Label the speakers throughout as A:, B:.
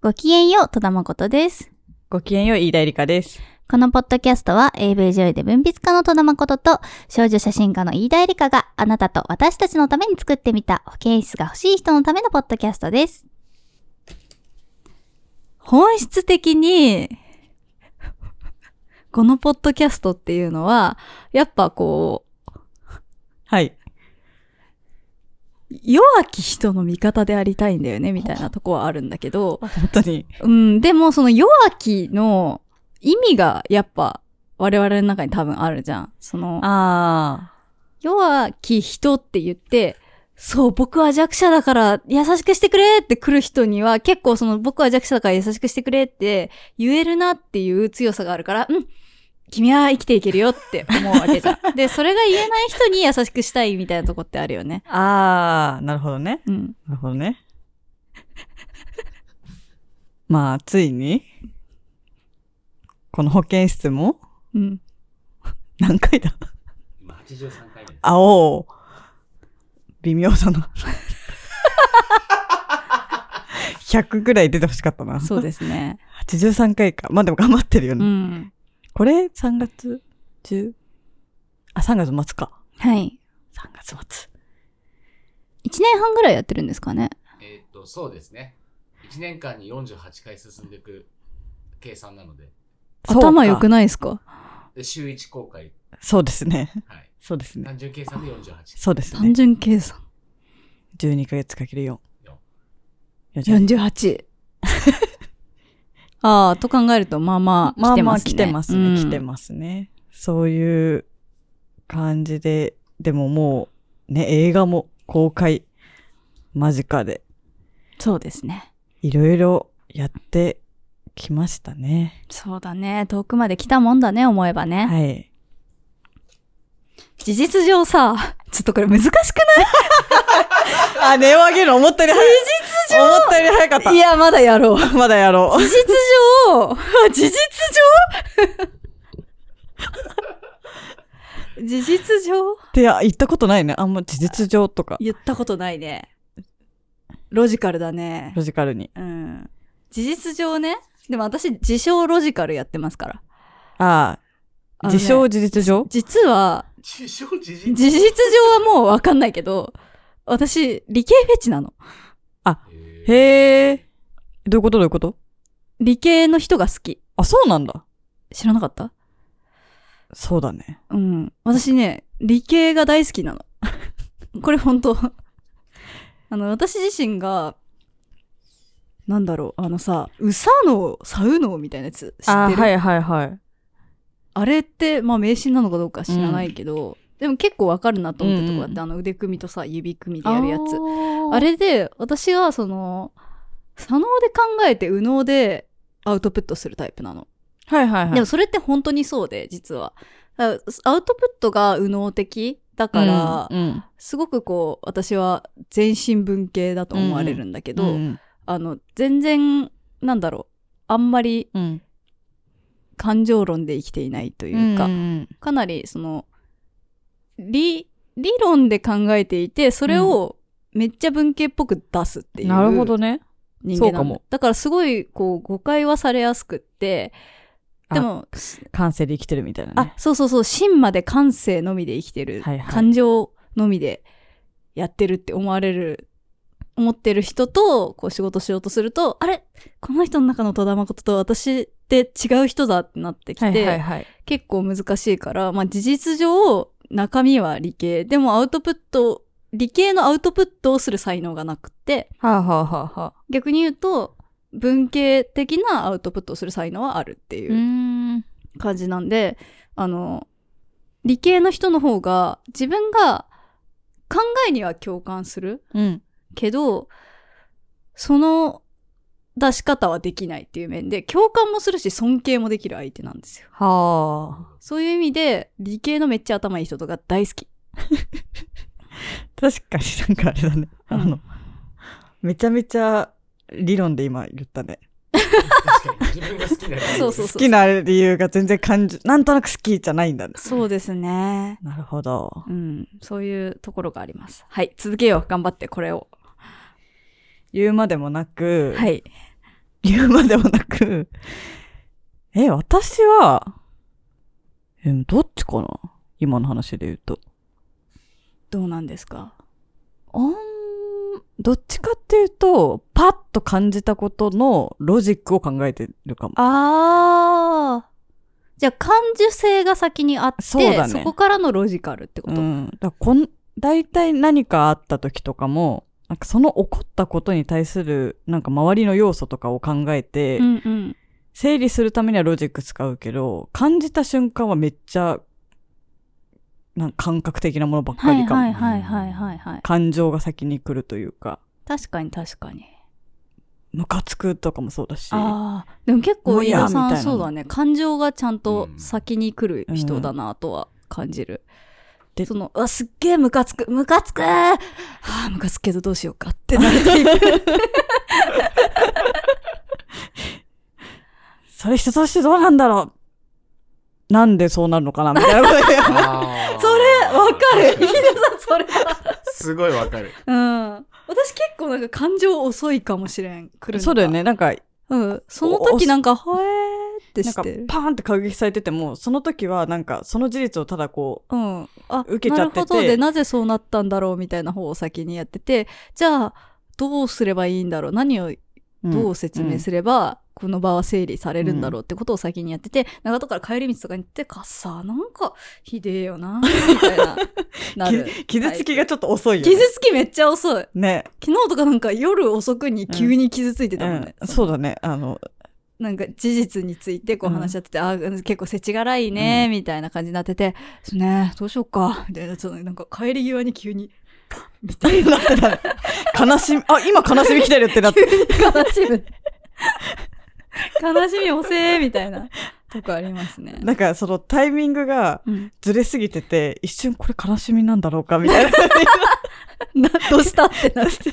A: ごきげんよう、戸田誠です。
B: ごきげんよう、飯田絵理香です。
A: このポッドキャストは AV 女優で文筆家の戸田誠と少女写真家の飯田絵理香があなたと私たちのために作ってみた保健室が欲しい人のためのポッドキャストです。
C: 本質的に、このポッドキャストっていうのは、やっぱこ
B: はい。
C: う、弱き人の味方でありたいんだよね、みたいなとこはあるんだけど、
B: 本当に。
C: うん、でもその弱きの意味がやっぱ我々の中に多分あるじゃん。その、
B: あ
C: 弱き人って言って、そう、僕は弱者だから優しくしてくれって来る人には、結構その僕は弱者だから優しくしてくれって言えるなっていう強さがあるから、うん、君は生きていけるよって思うわけじゃ ん。で、それが言えない人に優しくしたいみたいなとこってあるよね。
B: あ。ああ、なるほどね。
C: うん。
B: なるほどね。 まあ、ついに、この保健室も、
C: うん。
B: 何回だ
D: 今83回目です。
B: あおう微妙だな。100ぐらい出てほしかったな。
C: そうです ね。
B: 83回か。まあでも頑張ってるよ
C: う
B: ね。
C: ん。
B: これ、3月10、あ、3月末か。
C: はい。
B: 3月末。
C: 1年半ぐらいやってるんですかね。
D: えーっと、そうですね。1年間に48回進んでいく計算なので、
C: 頭良
B: そうか
C: くないですか
D: で週1公開、
B: そうですね。
D: はい。
B: そうですね。
D: 単純計算で48。
B: そうです
C: 単
B: ね。
C: 純計算。
B: 12ヶ月かける4。48
C: 48。ああ、と考えると、まあまあ、
B: まあまあ来てますね。来て
C: す。
B: ますね。そういう感じで、でももう、ね、映画も公開間近で、
C: うんそうですね。
B: いろいろやってきましたね。
C: そうだね。遠くまで来たもんだね、思えばね。
B: はい。
C: 事実上さ、ちょっとこれ難しくな
B: あ、値を上げるの思ったより早い。事実上思ったより早かっ
C: いいや、まだやろう。
B: た。まだやろう。
C: 事実上、 事実上 事実上
B: ってあ言ったことないね。あんま事実上とか、
C: 言ったことないね。ロジカルだね
B: ロ。ジカルに。
C: うん。事実上ね。でも私、自称ロジカルやってますから。
B: ああ、
C: あのね
B: 自称事実上
C: 実は、
D: 自称自信
C: 事実上はもうわかんないけど、私、理系フェチなの。
D: え
B: へえ。どういうことどういうこと
C: 理系の人が好き。
B: あ、そうなんだ。
C: 知らなかった
B: そうだね。
C: うん。私ね、理系が大好きなの。 これ本当あの、私自身が、なんだろう、あのさ、うさの、さうのみたいなやつ知
B: あ
C: ってるあ,、
B: はいはいはい。
C: れって、まあ迷信なのかどうか知らないけど、でも結構わかるなと思ったとこあって、
B: うんうん
C: あの腕組みとさ、指組みで
B: や
C: や
B: る
C: る
B: や
C: や
B: つ
C: つ。。あれで、私はその、左脳で考えて右脳でアウトプットするタイプなの。
B: はいはいはい。
C: でもそれって本当にそうで、実は。だからアウトプットが右脳的だから、
B: うんうん
C: すごくこう、私は全身文系だと思われるんだけど、
B: うん
C: あの、全然、なんだろう、あんまり
B: うん
C: 感情論で生きていないと
B: う
C: いうか、
B: ん
C: かなりその理理論で考えていてそれをめっちゃ文系っぽく出すっていう人
B: な
C: 間な
B: る
C: んだ
B: ほどね。そうかも
C: だからすごいこう誤解はされやすくって
B: あ
C: でも
B: 感性で生きてるみたいな
C: あ
B: ね。
C: そうそうそう芯まで感性のみで生きてる、
B: はいはい
C: 感情のみでやってるって思われる思ってる人とこう仕事しようとするとあれこの人の中の戸田誠と私って違う人だってなってきて、
B: はい。
C: 結構難しいから、まあ事実上、中身は理系。でもアウトプット、理系のアウトプットをする才能がなくて、
B: はあはあはあはあ。
C: 逆に言うと、文系的なアウトプットをする才能はあるっていう
B: うん。
C: 感じなんで、あの、理系の人の方が自分が考えには共感する
B: うん。
C: けど、その出し方はできないっていう面で、共感もするし尊敬もできる相手なんですよ。
B: はあ。
C: そういう意味で、理系のめっちゃ頭いい人とか大好き。
B: 確かになんかあれだね。あの、めちゃめちゃ理論で今言ったね。
D: 確かに自分が好きな理由
C: そうそう
B: 好きな理由が全然感じ、なんとなく好きじゃないんだね。
C: そうですね。
B: なるほど。
C: うん。そういうところがあります。はい。続けよう。頑張って、これを。
B: 言うまでもなく、
C: はい。
B: 言うまでもなく、え、私は、え、どっちかな今の話で言うと。
C: どうなんですか
B: あん、どっちかっていうと、パッと感じたことのロジックを考えてるかも。
C: ああ。じゃあ感受性が先にあって、そ,、
B: そうだね
C: こからのロジカルってこ
B: う
C: と。
B: ん。だからこん、大体何かあった時とかも、なんかその起こったことに対する、なんか周りの要素とかを考えて、
C: うんうん。
B: 整理するためにはロジック使うけど、感じた瞬間はめっちゃ、なんか感覚的なものばっか
C: は
B: り
C: い
B: かも。
C: はいはいはいはいはい。
B: 感情が先に来るというか、
C: 確かに確かに。
B: ムカつくとかもそうだし、
C: ああ。でも結
B: も
C: 構
B: う
C: 飯
B: や
C: 田さ
B: みた
C: ん
B: いな
C: そうだね。感情がちゃんと
D: うん
C: 先に来る人だなとは感じる。
B: で
C: その、うわ、すっげえムカつく、ムカつくーは あ、ムカつくけどどうしようかってなる。
B: それ人としてどうなんだろうなんでそうなるのかなみたいなことで
D: あー
C: それ、わかる。飯田さん、それは。
D: すごいわかる。
C: うん。私結構なんか感情遅いかもしれん。来るのが
B: そうだよ。ね。なんか、
C: うん。その時なんか、ほえーって
B: なん
C: し
B: か
C: てる。
B: パーンって過激されてても、その時はなんか、その事実をただこ
C: うん。あ、
B: 受けちゃってて
C: なるほど。で、なぜそうなったんだろうみたいな方を先にやってて、じゃあ、どうすればいいんだろう何を、
B: う、
C: どう説明すれば、この場は整理されるんだろうってことを先にやってて、長門から帰り道とかに行って、かっさ、なんか、ひでえよな、みたい な、なる。
B: き傷つきがちょっと遅いよね。
C: 傷つきめっちゃ遅い。
B: ね、
C: 昨日とかなんか夜遅くに急に傷ついてたもんね。
B: うんそうだね。あの、
C: なんか事実についてこう
B: うん
C: 話し合ってて、ああ結構世知辛いね、
B: う
C: みたいな感じになってて、そうね、どうしようか、みたいな、ちょっとなんか帰り際に急に、パンみたいな、
B: なってたね 悲しみ、あ、今悲しみ来てるってな って。
C: 悲しむ。悲しみ遅え、みたいな、とかありますね。
B: なんか、そのタイミングが
C: うん、
B: ずれすぎてて、一瞬これ悲しみなんだろうかみたいな。
C: な どうしたってなって。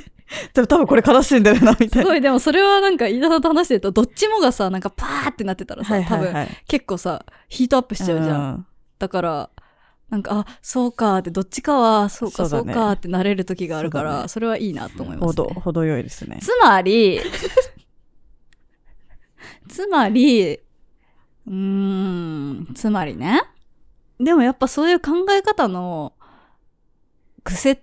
B: でも多分これ悲しんでるな、みた
C: す
B: いな。
C: ごい、でもそれはなんか、飯田さんと話してると、どっちもがさ、なんかパーってなってたらさ、
B: はいはい
C: 多分、
B: はい。
C: 結構さ、ヒートアップしちゃうじゃん。
B: ん。
C: だから、なんか、あ、そうかって、どっちかは、そうか、
B: そ
C: そう
B: うだね
C: かってなれる時があるか
B: そう
C: ら、
B: だ
C: そ,、
B: ね
C: れはいいなと思いま
B: ほ
C: す、ね
B: ど、。ほど良いですね。
C: つまり、 つまり、うーん、つまりね。でもやっぱそういう考え方の癖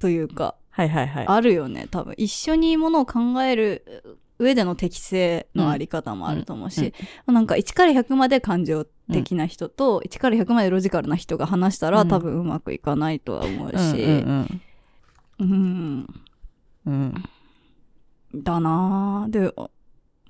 C: というか、
B: はいはいはい。
C: あるよね、多分。一緒にものを考える上での適性のあり方もあると思う
B: うんう
C: し、なんか1から100まで感情的な人と、1から100までロジカルな人が話したら、
B: うん
C: 多分うまくいかないとは思う
B: うん
C: し、
B: うん
C: うん
B: うんうん。
C: だなぁ。で、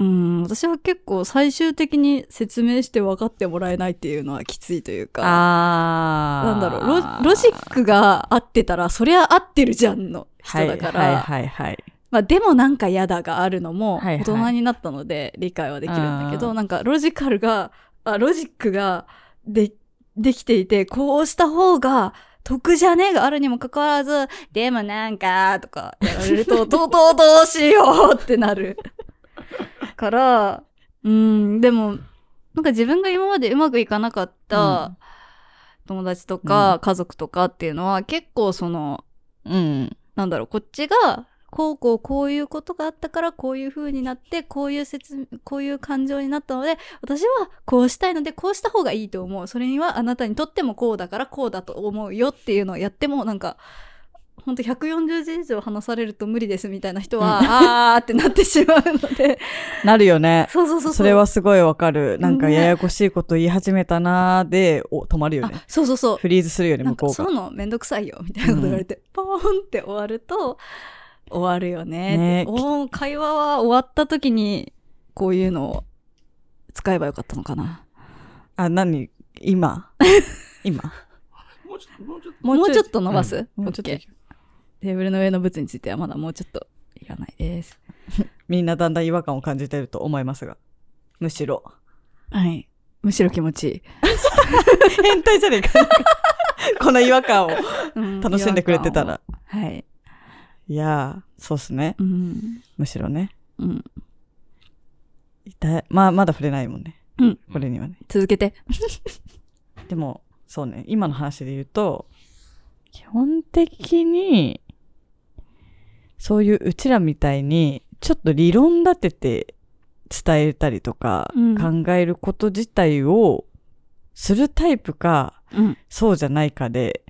C: うん、私は結構最終的に説明して分かってもらえないっていうのはきついというか、
B: あ
C: なんだろうロ、ロジックが合ってたら、そりゃ合ってるじゃんの人だから、
B: はいはいはいはい。
C: まあでもなんか嫌だがあるのも、
B: はいはい
C: 大人になったので理解はできるんだけど、
B: あー
C: なんかロジカルが、あ、ロジックがで、できていて、こうした方が得じゃねえがあるにもかかわらず、でもなんか、とかやられる と、どうどうどうしようってなる。から、うん、でも、なんか自分が今までうまくいかなかった友達とか家族とかっていうのは結構その、
B: うん。
C: なんだろう、こっちが、こうこうこういうことがあったからこういう風になって、こういう説、こういう感情になったので、私はこうしたいので、こうした方がいいと思う。それにはあなたにとってもこうだからこうだと思うよっていうのをやっても、なんか、ほんと140字以上話されると無理ですみたいな人は、
B: う
C: あーってなってしまうので、
B: なるよね。
C: そうそうそうそう。
B: それはすごいわかる。なんか
C: ね
B: ややこしいこと言い始めたなーで、お、止まるよね
C: あ。、そうそうそう。
B: フリーズするよね、
C: なん
B: 向
C: か
B: こう
C: そう
B: が。
C: いうのめんどくさいよみたいなこと言われて、ポーンって終わると終わるよね
B: ね
C: おー会話は終わった時にこういうのを使えばよかったのかな
B: あ、何 今今
D: もうちょっと、もうちょっと。
C: もうちょっと伸ばす、
B: うんもうちょっとい
C: OK テーブルの上の物についてはまだもうちょっといらないです
B: みんなだんだん違和感を感じてると思いますが。むしろ。
C: はいむしろ気持ちいい、
B: 変態じゃねえ か。この違和感を
C: うん
B: 楽しんでくれてたら。
C: はい
B: いやー、そうっすね。
C: うん
B: むしろね。
C: うん
B: 痛い。まあ、まだ触れないもんね。
C: うん
B: これにはね。
C: 続けて
B: でも、そうね。今の話で言うと、基本的に、そういううちらみたいに、ちょっと理論立てて伝えたりとか、
C: うん
B: 考えること自体をするタイプか、
C: うん
B: そうじゃないかで、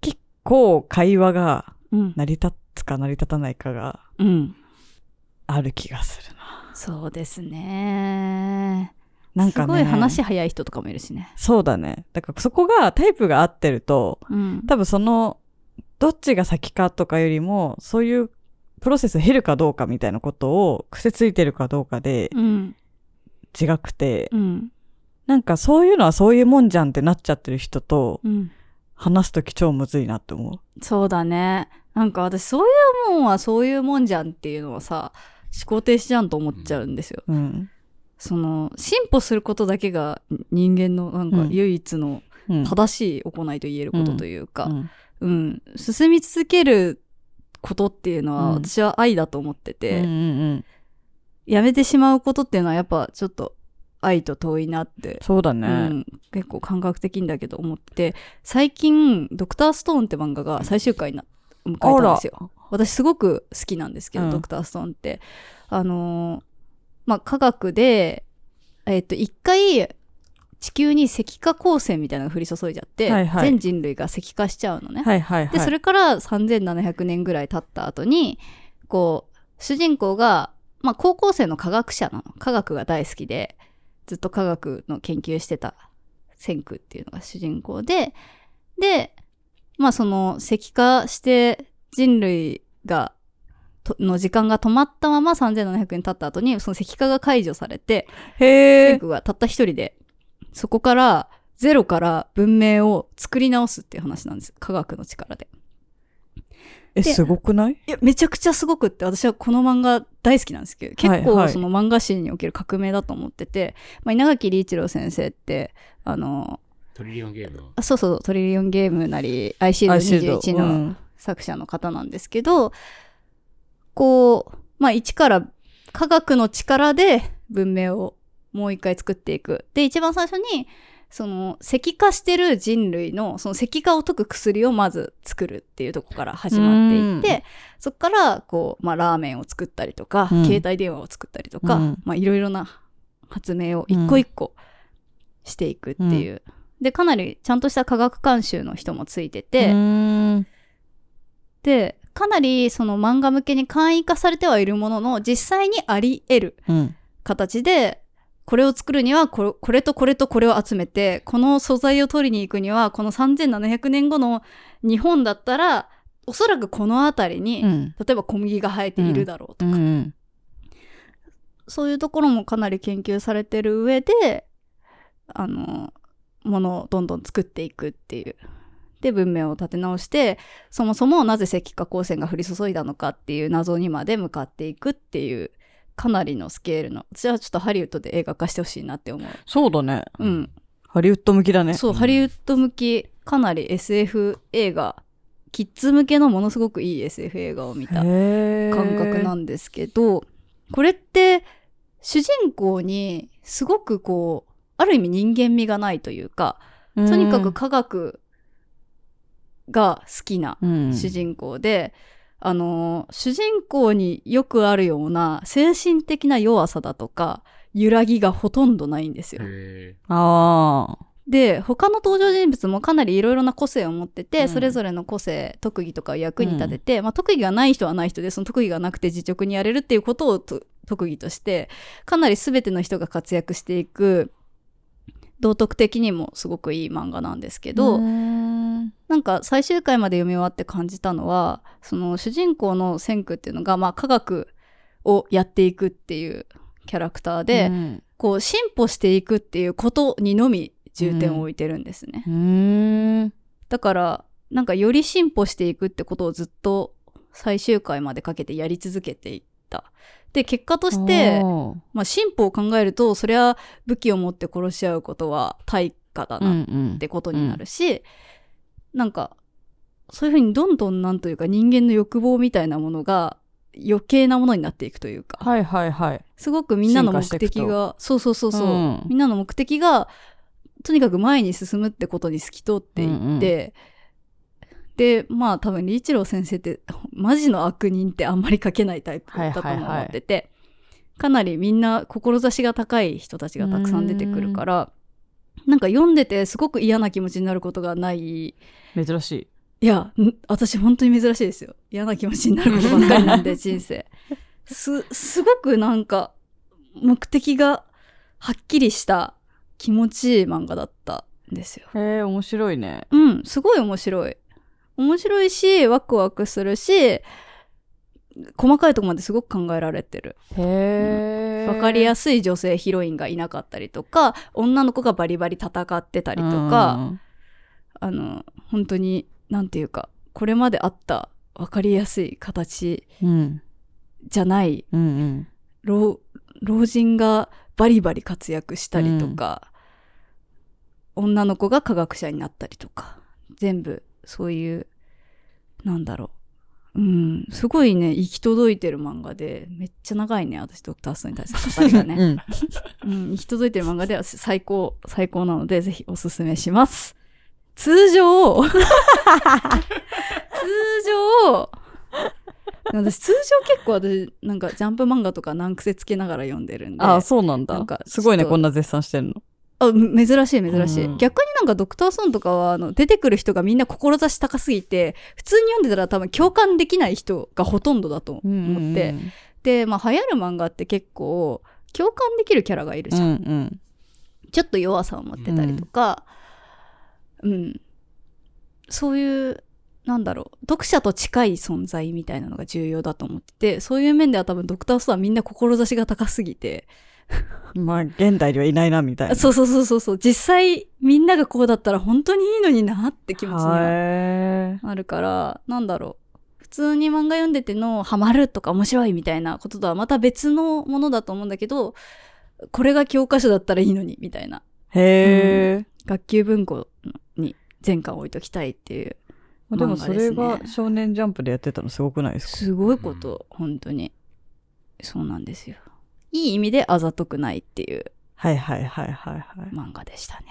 B: 結構会話が
C: うん。
B: 成り立つか成り立たないかが
C: うん。
B: ある気がするな。
C: そうですね。
B: なんかね。
C: すごい話早い人とかもいるしね。
B: そうだね。だからそこがタイプが合ってると、
C: うん。
B: 多分その、どっちが先かとかよりも、そういうプロセス減るかどうかみたいなことを癖ついてるかどうかで
C: うん。
B: 違くて、
C: うん。
B: なんかそういうのはそういうもんじゃんってなっちゃってる人と
C: うん。
B: 話すとき超むずいなって思
C: そうだね。なんか私、そういうもんはそういうもんじゃんっていうのはさ、思考停止じゃんと思っちゃうんですよ。
B: う。うん。
C: その、進歩することだけが人間のなん
B: う
C: か
B: ん
C: 唯一の
B: うん。
C: 正しい行いと言えることというか、
B: うん
C: うん、進み続けることっていうのは
B: うん
C: 私は愛だと思って
B: うん
C: て、
B: うんうん。
C: やめてしまうことっていうのはやっぱちょっと愛と遠いなって、
B: そうだ
C: う
B: ね。
C: ん、結構感覚的んだけど思って、最近、ドクターストーンって漫画が最終回にな迎えたんですよ。私すごく好きなんですけど、
B: うん
C: ドクターストーンって。あのーまあ、科学で、えっ、と、一回、地球に石化光線みたいなのが降り注いじゃって、
B: はいはい
C: 全人類が石化しちゃうのね。
B: はいはいはい。
C: で、それから3700年ぐらい経った後に、こう、主人公が、まあ、高校生の科学者なの。科学が大好きで、ずっと科学の研究してた千空っていうのが主人公で、で、まあ、その、石化して人類が、との時間が止まったまま3700年経った後に、その石化が解除されて、
B: へ
C: 千
B: え。
C: 空がたった一人で、そこから、ゼロから文明を作り直すっていう話なんです。科学の力で。
B: え、すごくない
C: いや、めちゃくちゃすごくって、私はこの漫画大好きなんですけど、結
B: はい
C: 構
B: はい
C: その漫画史における革命だと思ってて、まあ、稲垣理一郎先生って、あの、
D: トリリオンゲームの
C: あそうそう、トリリオンゲームなり、アイシー
B: アイシ
C: ルド
B: ールド
C: 21
B: う
C: の
B: ん
C: 作者の方なんですけど、こう、まあ、一から、科学の力で文明をもう一回作っていく。で、一番最初に、その、石化してる人類の、その石化を解く薬をまず作るっていうとこから始まっていって、そこから、こう、まあ、ラーメンを作ったりとか、
B: うん
C: 携帯電話を作ったりとか、
B: うん
C: まあ、いろいろな発明を一個一個していくっていう。で、かなりちゃんとした科学監修の人もついてて、
B: うん
C: で、かなりその漫画向けに簡易化されてはいるものの、実際にあり得る
B: うん。
C: 形で、これを作るにはこれ、これとこれとこれを集めて、この素材を取りに行くには、この3700年後の日本だったら、おそらくこの辺りに、
B: うん。
C: 例えば小麦が生えているだろうとか、
B: うん。
C: そういうところもかなり研究されてる上で、あの、ものをどんどん作っていくっていう。で、文明を立て直して、そもそもなぜ石化光線が降り注いだのかっていう謎にまで向かっていくっていう、かなりのスケールの。私はちょっとハリウッドで映画化してほしいなって思う。
B: そうだね。
C: うん。
B: ハリウッド向きだね。
C: そう、ハリウッド向き、かなり SF 映画、キッズ向けのものすごくいい SF 映画を見た。感
B: 感
C: 覚なんですけど、これって主人公にすごくこう、ある意味人間味がないというか、
B: と
C: とにかく科学が好きな主
B: 主
C: 人公で、あの、主人公によくあるような精神的な弱さだとか、揺らぎがほとんどないんですよ。
D: へ
B: ああ。
C: で、他の登場人物もかなりいろいろな個性を持ってて、
B: うん
C: それぞれの個性、特技とかを役に立てて、まあ特技がない人はない人で、その特技がなくて自直にやれるっていうことをと特技として、かなり全ての人が活躍していく、道徳的にもすごくいい漫画なんですけど、
B: うん
C: なんか最終回まで読み終わって感じたのは、その主人公の千空っていうのが、まあ科学をやっていくっていうキャラクターで、
B: うん
C: こう進歩していくっていうことにのみ重点を置いてるんですね。
B: うん
C: だから、なんかより進歩していくってことをずっと最終回までかけてやり続けていった。で、結果として、
B: おー
C: まあ進歩を考えると、そりゃ武器を持って殺し合うことは対価だ
B: う
C: なっ
B: んうん
C: てことになるし、なんか、そういうふうにどんどんなんというか人間の欲望みたいなものが余計なものになっていくというか、
B: はいはいはい。
C: すごくみんなの目
B: 進化していく
C: 的
B: と
C: が、そうそうそうそう、
B: ん
C: みんなの目的が、とにかく前に進むってことに透き通っていって、
B: うんうん
C: で、まあ多分、リ一郎先生って、マジの悪人ってあんまり書けないタイプだとも思ってて、かなりみんな志が高い人たちがたくさん出てくるから、なんか読んでてすごく嫌な気持ちになることがない。
B: 珍し
C: い
B: い。
C: や、ん私本当に珍しいですよ。嫌な気持ちになることばっかりなんで、人生。す、すごくなんか、目的がはっきりした気持ちいい漫画だったんですよ。
B: へえ、面白いね。
C: うん、すごい面白い。面白いし、ワクワクするし、細かいとこまですごく考えられてる。
B: へえ。
C: わかり
B: す
C: やすい女性ヒロインがいなかったりとか、女の子がバリバリ戦ってたりとか、。あの、本当に、なんていうか、これまであったわかりやすい形
B: うん。
C: じゃない、
B: うんうん。
C: 老、老人がバリバリ活躍したりとか、女の子が科学者になったりとか、全部、そういう、なんだろう。うん、すごいね、行き届いてる漫画で、めっちゃ長いね、私、ドクターストーンに対する語りが ね。
B: うん。
C: うん、行き届いてる漫画では最高、最高なので、ぜひおすすめします。通常、通常、私通常結構私、なんかジャンプ漫画とか難癖つけながら読んでるんで。
B: ああ、そうなんだ。
C: なんか
B: すごいね、
C: ちょっと
B: こんな絶賛してんの。
C: あめ珍しい珍しい、
B: うん
C: 逆になんかドクターソンとかはあの出てくる人がみんな志高すぎて普通に読んでたら多分共感できない人がほとんどだと思って、で、まあ、流行る漫画って結構共感できるキャラがいるじ
B: う
C: ゃ
B: ん
C: ん、
B: うん。
C: ちょっと弱さを持ってたりとか、うん、そういう、なんだろう、読者と近い存在みたいなのが重要だと思ってて、そういう面では多分ドクターストーンはみんな志が高すぎて、
B: うんまあ、現代ではいないな、みたいな。
C: そうそうそうそうそう、実際みんながこうだったら本当にいいのになって気持ちには
B: へえ。
C: あるから、なんだろう。普通に漫画読んでてのハマるとか面白いみたいなこととはまた別のものだと思うんだけど、これが教科書だったらいいのに、みたいな。
B: へえ。
C: 学級文庫に全巻置いときたいっていう。
B: まあでもそれ
C: 漫画
B: が
C: ですね
B: 少年ジャンプでやってたのすごくないですか
C: すごいこと、本当に。そうなんですよ。いい意味であざとくないっていう
B: はいはいはいはいは
C: 漫画でしたね。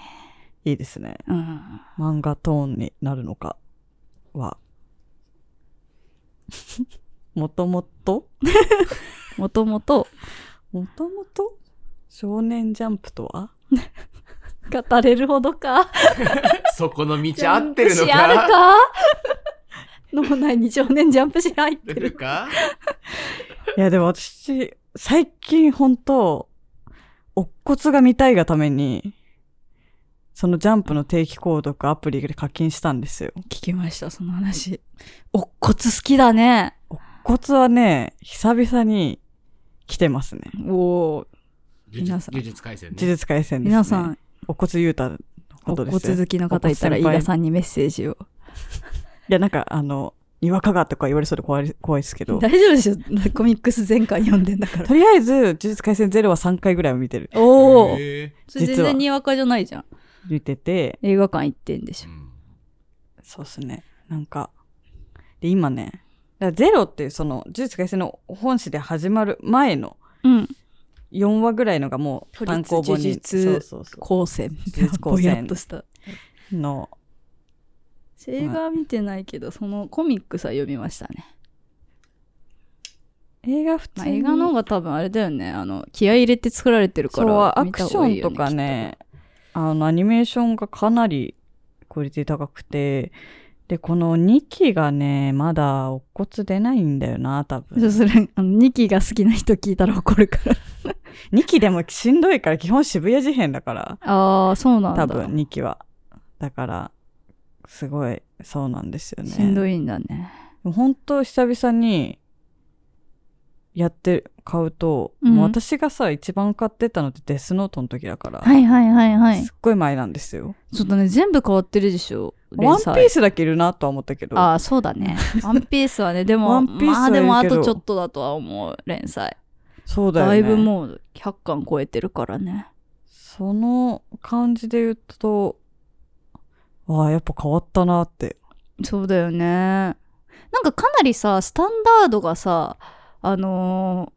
B: い。いいですね。
C: うん。
B: 漫画トーンになるのかは。 もともと
C: もともと
B: もともと少年ジャンプとは
C: 語れるほどか。
D: そこの道合ってるの
C: ジャンプ誌ある
D: か
C: か脳内に少年ジャンプ誌入って
D: 合って
C: る
D: る。か
B: いやでも私、最近ほんと、乙骨が見たいがために、そのジャンプの定期購読アプリで課金したんですよ。
C: 聞きました、その話。おっ骨好きだね。
B: 乙骨はね、久々に来てますね。
C: おー
D: 呪
C: 皆
D: 術
C: さん
D: 呪術廻戦
B: 呪
D: ね。
B: 術廻戦です、ね。
C: 皆さん、
B: お骨ゆうたの
C: お
B: こ
C: っ
B: とで
C: 骨
B: すよ。
C: 好きの方いたら、飯田さんにメッセージを。
B: いや、なんか、あの、にわかがとか言われそうで怖い、怖いですけど。
C: 大丈夫でしょコミックス全巻読んでんだから。
B: とりあえず、呪術廻戦ゼロは3回ぐらいは見てる。
C: おお
D: へ
C: それ全
B: 実は
C: 然にわかじゃないじゃん。
B: 見てて、
C: 映画館行ってんでし
D: ー
C: ょ
D: う。ん
B: そうっすね。なんか、で、今ね、だからゼロっていうその、呪術廻戦の本誌で始まる前の
C: うん。
B: 4話ぐらいのがも
C: 都立
B: う単行本に、
C: 呪術
B: そうそうそ
C: 高専。
B: 術高専
C: ぼやっとした。
B: うの、
C: 映画は見てないけど、そのコミックスは読みましたね。
B: 映画普
C: ま
B: 通
C: あ、
B: に、
C: 映画の方が多分あれだよね。あの、気合い入れて作られてるか
B: そう
C: ら。
B: ア
C: 見
B: ク
C: た
B: シ
C: 方がいい
B: ョン
C: よ
B: とかね、あの、アニメーションがかなりクオリティ高くて、で、この2期がね、まだ、お骨出ないんだよな、多
C: きっと。そう
B: 分。
C: それ、あの、2期が好きな人聞いたら怒るから。
B: 2期でもしんどいから、基本渋谷事変だから、
C: ああ、そうなんだ。
B: 多分2期は。だから、すごい、そうなんですよね。
C: しんどいんだね。
B: 本当久々にやって買うと、
C: うん
B: もう私がさ一番買ってたのってデスノートの時だから、
A: はいはいはいはい。
B: すっごい前なんですよ。
C: ちょっとね、全部変わってるでしょ。
B: ワンピー
C: ス
B: スだけいるなとは思ったけど
C: ああ、そうだね。ワンピースはね、でも、
B: ワンピースはいいけど
C: まあでもあとちょっとだとは思う、連載。
B: そうだよ
C: だ
B: ね
C: いぶもう100巻超えてるからね。
B: その感じで言うとああやっぱ変わったなって
C: そうだよね。なんかかなりさ、スタンダードがさ、あの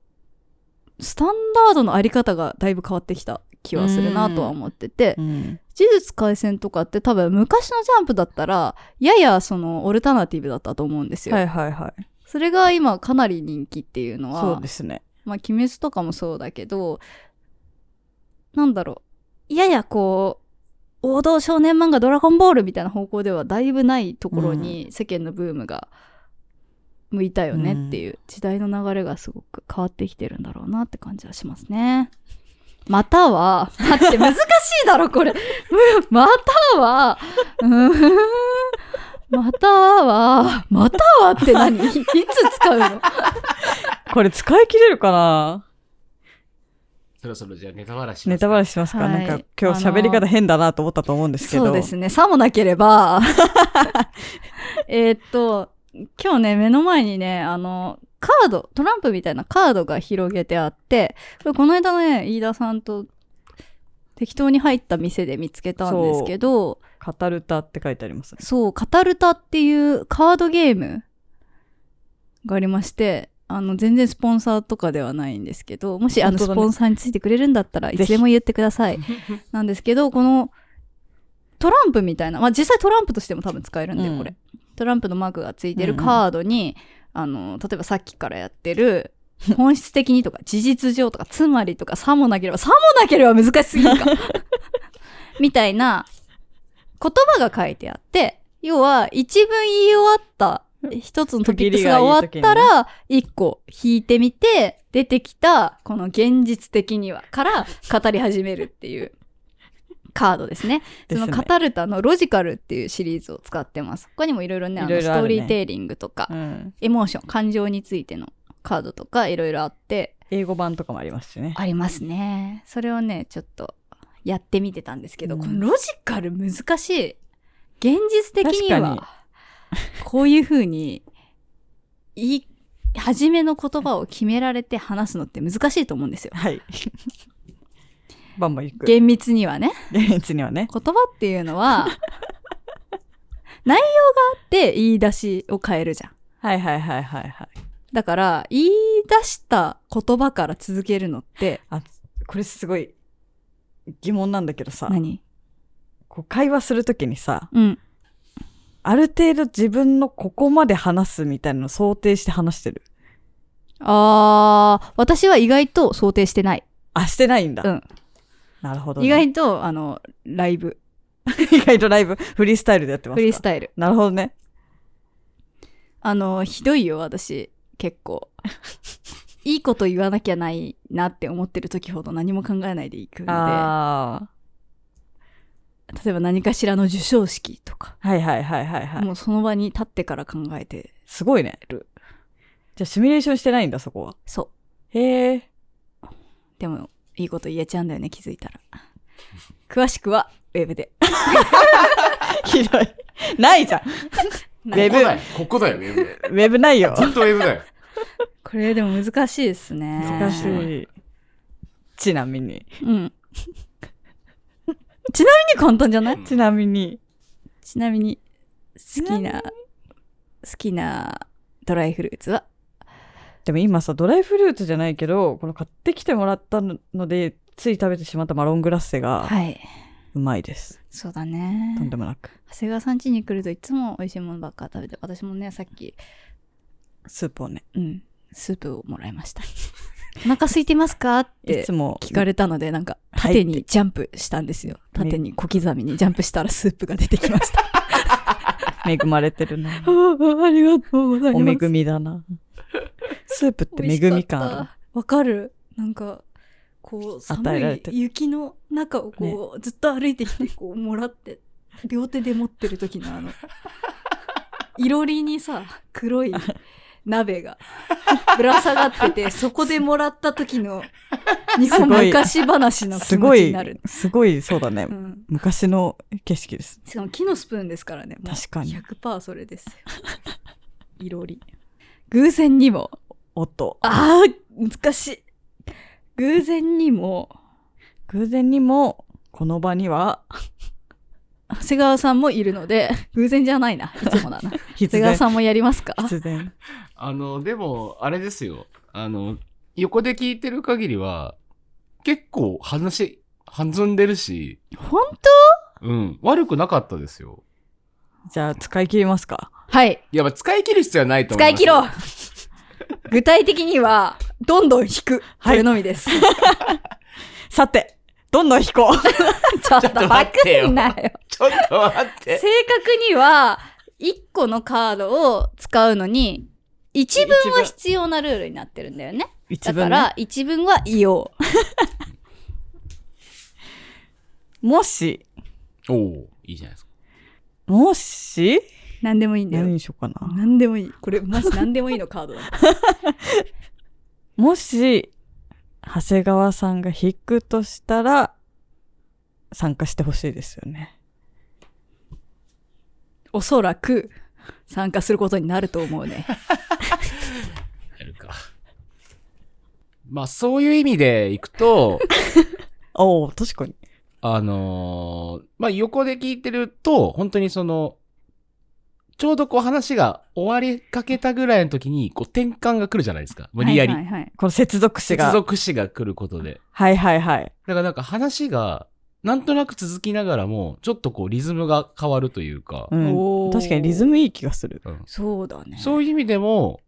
C: ースタンダードのあり方がだいぶ変わってきた気はするなとは思ってて、
B: うん
C: 事術廻戦とかって多分昔のジャンプだったら、ややそのオルタナティブだったと思うんですよ。
B: はいはいはい
C: それが今かなり人気っていうのは、
B: そうですね
C: まあ、鬼滅とかもそうだけど、なんだろう、ややこう、王道少年漫画ドラゴンボールみたいな方向ではだいぶないところに世間のブームが向いたよねっていう時代の流れがすごく変わってきてるんだろうなって感じはしますね。または、待って難しいだろこれ。 うんまたは、うーん。 または、またはって何いいつ使うの
B: これ使い切れるかな
D: そろそろじゃあネタバラしま
B: ネ
D: すか
B: タバラしますか、
C: はい
B: なんか今日喋り方変だなと思ったと思うんですけど。
C: そうですね。さもなければ、 えーっと、今日ね、目の前にね、あの、カード、トランプみたいなカードが広げてあって、これこの間ね、飯田さんと適当に入った店で見つけたんですけど、
B: カタルタって書いてありますね。
C: そう、カタルタっていうカードゲームがありまして、あの、全然スポンサーとかではないんですけど、もし、あの、
B: 本
C: ス
B: 当だね
C: ポンサーについてくれるんだったら、い
B: ひ
C: つでも言ってくだ さい。なんですけど、この、トランプみたいな、まあ、実際トランプとしても多分使えるんで、
B: うん
C: これ。トランプのマークがついてる
B: うんうん
C: カードに、あの、例えばさっきからやってる、本質的にとか、事実上とか、つまりとか、さもなければ、さもなければ難しすぎるか。 みたいな、言葉が書いてあって、要は、一文言い終わった、一つのトピックスが終わったら、一個引いてみて、出てきた、この現実的には、から語り始めるっていうカードですね。
B: で
C: そ
B: すね
C: のカタルタのロジカルっていうシリーズを使ってます。他にもいろいろね、あの
B: いろい
C: ス
B: ろ
C: ト
B: あるね
C: ーリーテーリングとか、
B: うん。
C: エモーション、感情についてのカードとかいろいろあって、
B: 英語版とかもありますしね。
C: ありますね。それをね、ちょっとやってみてたんですけど、
B: うん
C: このロジカル難しい。現実的に
B: 確
C: は、こういう風に、言い、初めの言葉を決められて話すのって難しいと思うんですよ。
B: はい。バンバン行く。
C: 厳密にはね。
B: 現実にはね。
C: 言葉っていうのは、内容があって言い出しを変えるじゃん。
B: はいはいはいはいはい。
C: だから、言い出した言葉から続けるのって、
B: あ、これすごい疑問なんだけどさ、
C: 何
B: こう会話するときにさ、
C: うん。
B: ある程度自分のここまで話すみたいなのを想定して話してる。
C: あー、私は意外と想定してない。
B: あ、してないんだ。
C: うん
B: なるほどね、
C: 意外と、あの、ライブ、
B: 意外とライブ、フリースタイルでやってま
C: フ
B: すか
C: リースタイル。
B: なるほどね。
C: あの、ひどいよ、私、結 構。いいこと言わなきゃないなって思ってる時ほど何も考えないでいくの
B: あ
C: で、例えば何かしらの授賞式とか、
B: あ。はいはいはいはいはい。
C: もうその場に立ってから考えて
B: すごいね。
C: る。
B: じゃあシミュレーションしてないんだ、そこは。
C: そう。
B: へえ。
C: でも、いいこと言えちゃうんだよね、気づいたら。詳しくは、ウェブで。
B: ひどい。ないじゃん。 ウェブ
D: ここ、だよここだよ、ウェブ。
B: ウェブないよ。
D: ずっとウェブだよ。
C: これでも難しいですね。
B: 難しい。ちなみに。
C: うん。 ちなみに簡単じゃない
D: うん
B: ちなみに。
C: ちなみに、好きな、好きなドライフルーツは
B: でも今さ、ドライフルーツじゃないけど、この買ってきてもらったので、つい食べてしまったマロングラッセが、
C: はい。
B: うまいです。
C: そうだね
B: と。んでもなく。
C: 長谷川さん家に来るといつも美味しいものばっか食べて、私もね、さっき、
B: スープをね。
C: うん、スープをもらいました。 お腹空いてますかっ
B: い
C: て
B: つも、
C: 聞かれたので、なんか、
B: はい
C: 縦にジャンプしたんですよ。
B: はい
C: 縦に小刻みにジャンプしたらスープが出てきました。
B: 恵まれてる な。
C: あ あありがとうござい
B: お
C: ます
B: 恵。みだな。スープって恵み感ある。
C: わかる。なんか、こう、
B: 与
C: 寒
B: えられ
C: い
B: てる
C: 雪の中をこう、ずっと歩いてきて、こう、もらって、両手で持ってる時のあの、いろりにさ、黒い鍋がぶら下がってて、そこでもらった時の、日本昔話の気
B: す
C: 持
B: ご
C: ちに
B: い
C: なる。、
B: すごい、そうだね
C: う。ん。
B: 昔の景色です。
C: しかも木のスプーンですからね。もう
B: 確かに
C: 100%それですよ。いろり。偶然にも、
B: 音。
C: あー、難しい。偶然にも、
B: 偶然にも、この場には、
C: 長谷川さんもいるので、偶然じゃないな。いつもだな。長
B: 必
C: 谷川
B: 然。
C: さんもやりますか
B: 必然。
D: あの、でも、あれですよ。あの、横で聞いてる限りは、結構話、弾んでるし、
C: 本
D: うん、悪くなかったですよ。
B: じゃあ、使い切りますか。
C: 当はい。
D: いや、まあ、使い切る必要はないと思
C: 使
D: い
C: い
D: ます。
C: 切ろう具体的には、どんどん引く。こ
B: はい
C: れのみです。
B: さて、どんどん引 こう。
C: ちょっ
D: ちょっと
C: と
D: 待
C: バ
D: ってよ
C: クんなよ。
D: ちょっと待っ
C: 正
D: て。
C: 確には、1個のカードを使うのに、1分は必要なルールになってるんだよね。
B: 一
C: だか
B: 文ね、
C: ら、1分は言おう。
B: もし、
D: おおいいじゃないですか。
B: もし、
C: 何でもいいんだ
B: 何
C: よ。
B: にしようかな。
C: 何でもいい。これ、マジ何でもいいのカードだ。
B: もし、長谷川さんが引くとしたら、参加してほしいですよね。
C: おそらく、参加することになると思うね。
D: やるか。まあ、そういう意味でいくと、
B: おお確かに。
D: あのーまあ、横で聞いてると、本当にその、ちょうどこう話が終わりかけたぐらいの時に、こう転換が来るじゃないですか。無理やり。
C: はいはいはい
B: この接続詞が。
D: 接続詞が来ることで。
B: はいはいはい。
D: だからなんか話が、なんとなく続きながらも、ちょっとこうリズムが変わるというか、
B: う
C: お
B: ん。
C: ー
B: 確かにリズムいい気がする。
D: うん
C: そうだね。
D: そういう意味でも、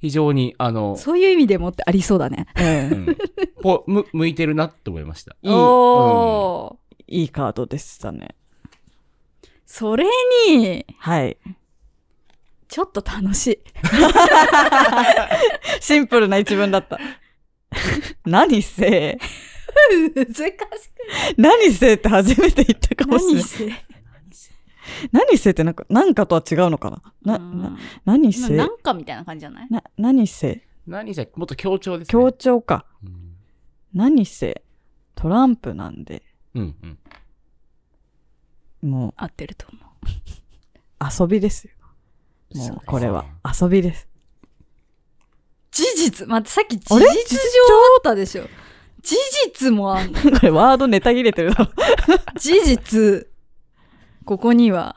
D: 非常に、あ の、
C: そういう意味でもってありそうだね。
B: う。
D: うん ん、ぽむ向いてるなって思いました。
B: いい
C: おー
B: いいカードでしたね。
C: それに、
B: はい。
C: ちょっと楽しい。
B: シンプルな一文だった。 何せ、
C: 難しく
B: 何せって初めて言ったかもしれ
C: 何
B: ない。
C: せ。
B: 何せってなんか、なんかとは違うのかなな、な、何せ、
C: な
B: なん
C: かみたいな感じじゃない
B: 何せ、
D: 何せ、もっと強調ですね。
B: 協調か。
D: うん
B: 何せ、トランプなんで、
D: うんうん。
B: も
C: 合ってると思う。
B: う遊びですよ。
D: そ
B: も
D: うです
B: うこれは遊びです。
C: 事実待って、さっき事
B: あ
C: 実
B: れ
C: 上あったでしょ。事実もあんの。
B: これワードネタ切れてるな。
C: 事実、ここには、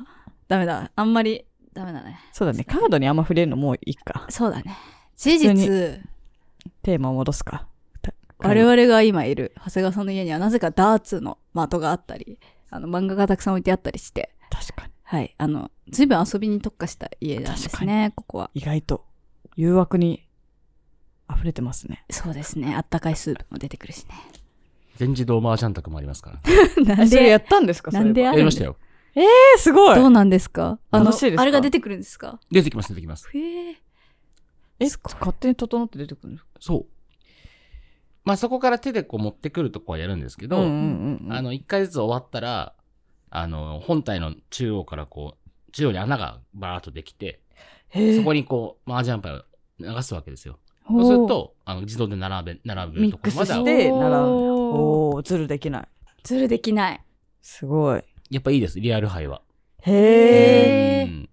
C: ダメだ。あんまり、ダメだね。
B: そうだね。カードにあんま触れるのもういいか。
C: そうだね。事
B: 普
C: 実、
B: テーマ戻すか。た
C: 我々が今いる、長谷川さんの家にはなぜかダーツの的があったり、あの、漫画がたくさん置いてあったりして、
B: 確かに。
C: はい。あの、随分遊びに特化した家なんですね、ここは。
B: 意外と、誘惑に溢れてますね。
C: そうですね。あったかいスープも出てくるしね。
D: 全自動麻雀卓もありますから。
C: なん
B: それや
C: で、
B: ったんですか
C: なんで
B: そういえば
C: あ
D: や
C: る
D: り
C: ん
D: ま
C: で
D: したよ。
B: えー、すご
C: ど
B: いう
C: なんですかあの
B: 楽しいですか
C: あれが出てくるんですか
D: 出てきます、出てきます。
C: へえ。
B: え、勝手に整って出てくるんですか
D: そう。まあそこから手でこう持ってくるとこはやるんですけど、
B: ん
D: あの、一回ずつ終わったら、あの、本体の中央からこう、中央に穴がバーっとできて、
B: へ
D: そ
B: ー
D: こにこう、麻雀牌を流すわけですよ。
C: そ
D: そうする、と、あの、自動で並べ、並べるとこ
B: ミック
D: ろま
B: ス
D: で
B: し
D: は
B: てで並ぶ
C: おー
B: おー、ズルできない。
C: ズルできない。
B: すごい。
D: やっぱいいです、リアル杯は。
B: へえ。
C: へー
D: うん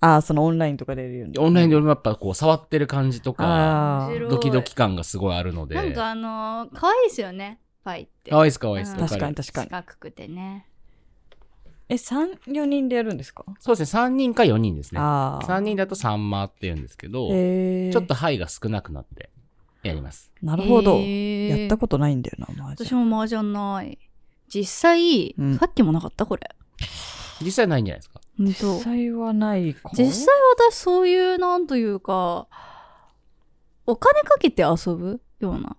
B: あー、そのオンラインとかでやるように。
D: オンラインで俺もやっぱこう、触ってる感じとか、
B: あ
C: 面白
B: ー
C: い
D: ドキドキ感がすごいあるので。
C: なんかあのー、可愛いですよね。パイって。
D: かわいいです、かわいいです。
C: うん
D: わる
B: 確かに確かに。
C: 四角くてね。
B: え、3、4人でやるんですか
D: そうですね、3人か4人ですね。
B: あ
D: 3
B: あ。
D: 人だと3マって言うんですけど、
B: へー
D: ちょっと牌が少なくなってやります。
B: なるほど。
C: へー
B: やったことないんだよな、マジ
C: 私。も麻雀ない。実際、
B: うん
C: さっきもなかったこれ。
D: 実際ないんじゃないですか。
C: 本
B: 実
C: 当。
B: 際はないかも
C: 実際私そういう、なんというか、お金かけて遊ぶような。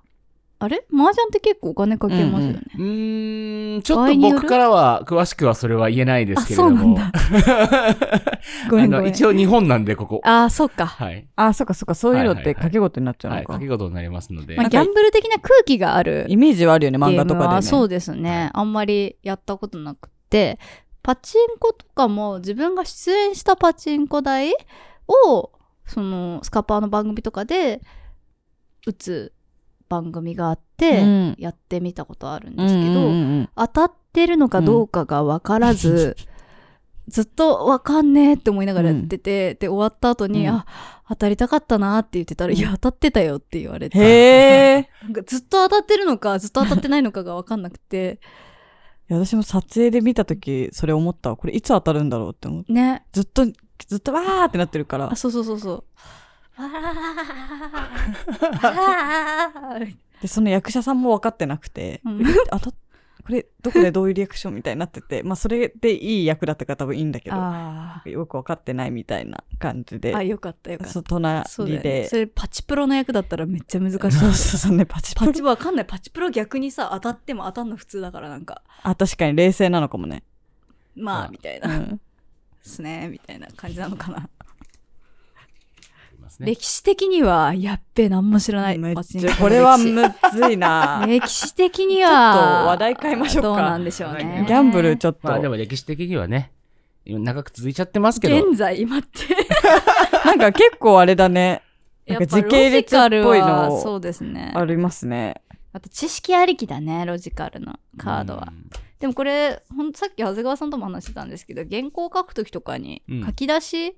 C: あれ麻雀って結構お金かけますよね。
D: うーん、ちょ
C: 場
D: っ
C: 合
D: と
C: による
D: 僕からは詳しくはそれは言えないですけれども。
C: あ ご
D: あ
C: めんご
D: の
C: めん。
D: 一応日本なんで、ここ。
C: ああ、そうか。
D: はい。
B: あ、そっかそっか、そういうのって掛け事になっちゃう
D: は
B: の
D: い。
B: か。
D: かけ事になりますので
C: ま。あ、
B: なん
C: ギ
B: か
C: ャンブル的な空気がある
B: イメージはあるよね、漫画
C: ゲ
B: と
C: ーム
B: かで
C: は
B: ね。
C: そうですね。あんまりやったことなくて、パチンコとかも自分が出演したパチンコ台を、その、スカパーの番組とかで打つ番組があって、
B: うん
C: やってみたことあるん
B: うん
C: ですけど、
B: うんうんうん
C: 当たってるのかどうかがわから ず、ずっとわかんねえって思いながらやってて、で、終わった後に、
B: うん
C: あ、当たりたかったなって言ってたら、いや、当たってたよって言われて。
B: へえ。
C: なんかずっと当たってるのか、ずっと当たってないのかがわかんなく て。
B: いや私も撮影で見たとき、それ思ったわ。これいつ当たるんだろうって思って。
C: ね。
B: ずっと、ずっとわーってなってるから
C: あ、。そうそうそう そう。わーわー
B: で、その役者さんも分かってなくて、
C: うん
B: 当たっこれ、どこでどういうリアクションみたいになってて、まあ、それでいい役だったから多分いいんだけど、
C: あ
B: よくわかってないみたいな感じ
C: ー
B: で
C: あ、、よかったよかった。
B: そう隣
C: そうだよね。
B: で
C: そ、れパチプロの役だったらめっちゃ難しい。
B: そうそうそうね、パチ
C: パ
B: パチ。
C: チわかんない。パチプロ逆にさ、当たっても当たんの普通だからなんか、
B: あ、確かに冷静なのかもね。
C: まあ、
D: うん
C: みたいうな、
B: ん。
C: ですね、みたいな感じなのかな。
D: ありますね。
C: 歴史的には、やっべえ、なんも知らない。
B: めっ
C: パチン
B: ち
C: コ
B: ゃ、
C: の
B: これは
C: 歴史
B: むずいな
C: 歴史的に
B: ちょっ
C: は、
B: と話題変えましょうか
C: どうなんでしょうね。
B: ギャンブルちょっと。
D: まあでも歴史的にはね、長く続いちゃってますけど、
C: 現在、今って。
B: なんか結構あれだね。な
C: や
B: ん
C: っ
B: か
C: ぱ
B: 時
C: ロ
B: 系
C: ジ
B: 列っ
C: カル
B: ぽい
C: は、そ
B: の
C: うですね。
B: ありますね。
C: あと、知識ありきだね、ロジカルのカードは。
D: うん
C: でもこれ、ほんとさっき長谷川さんとも話してたんですけど、原稿を書くときとかに
D: うん、
C: 書き出し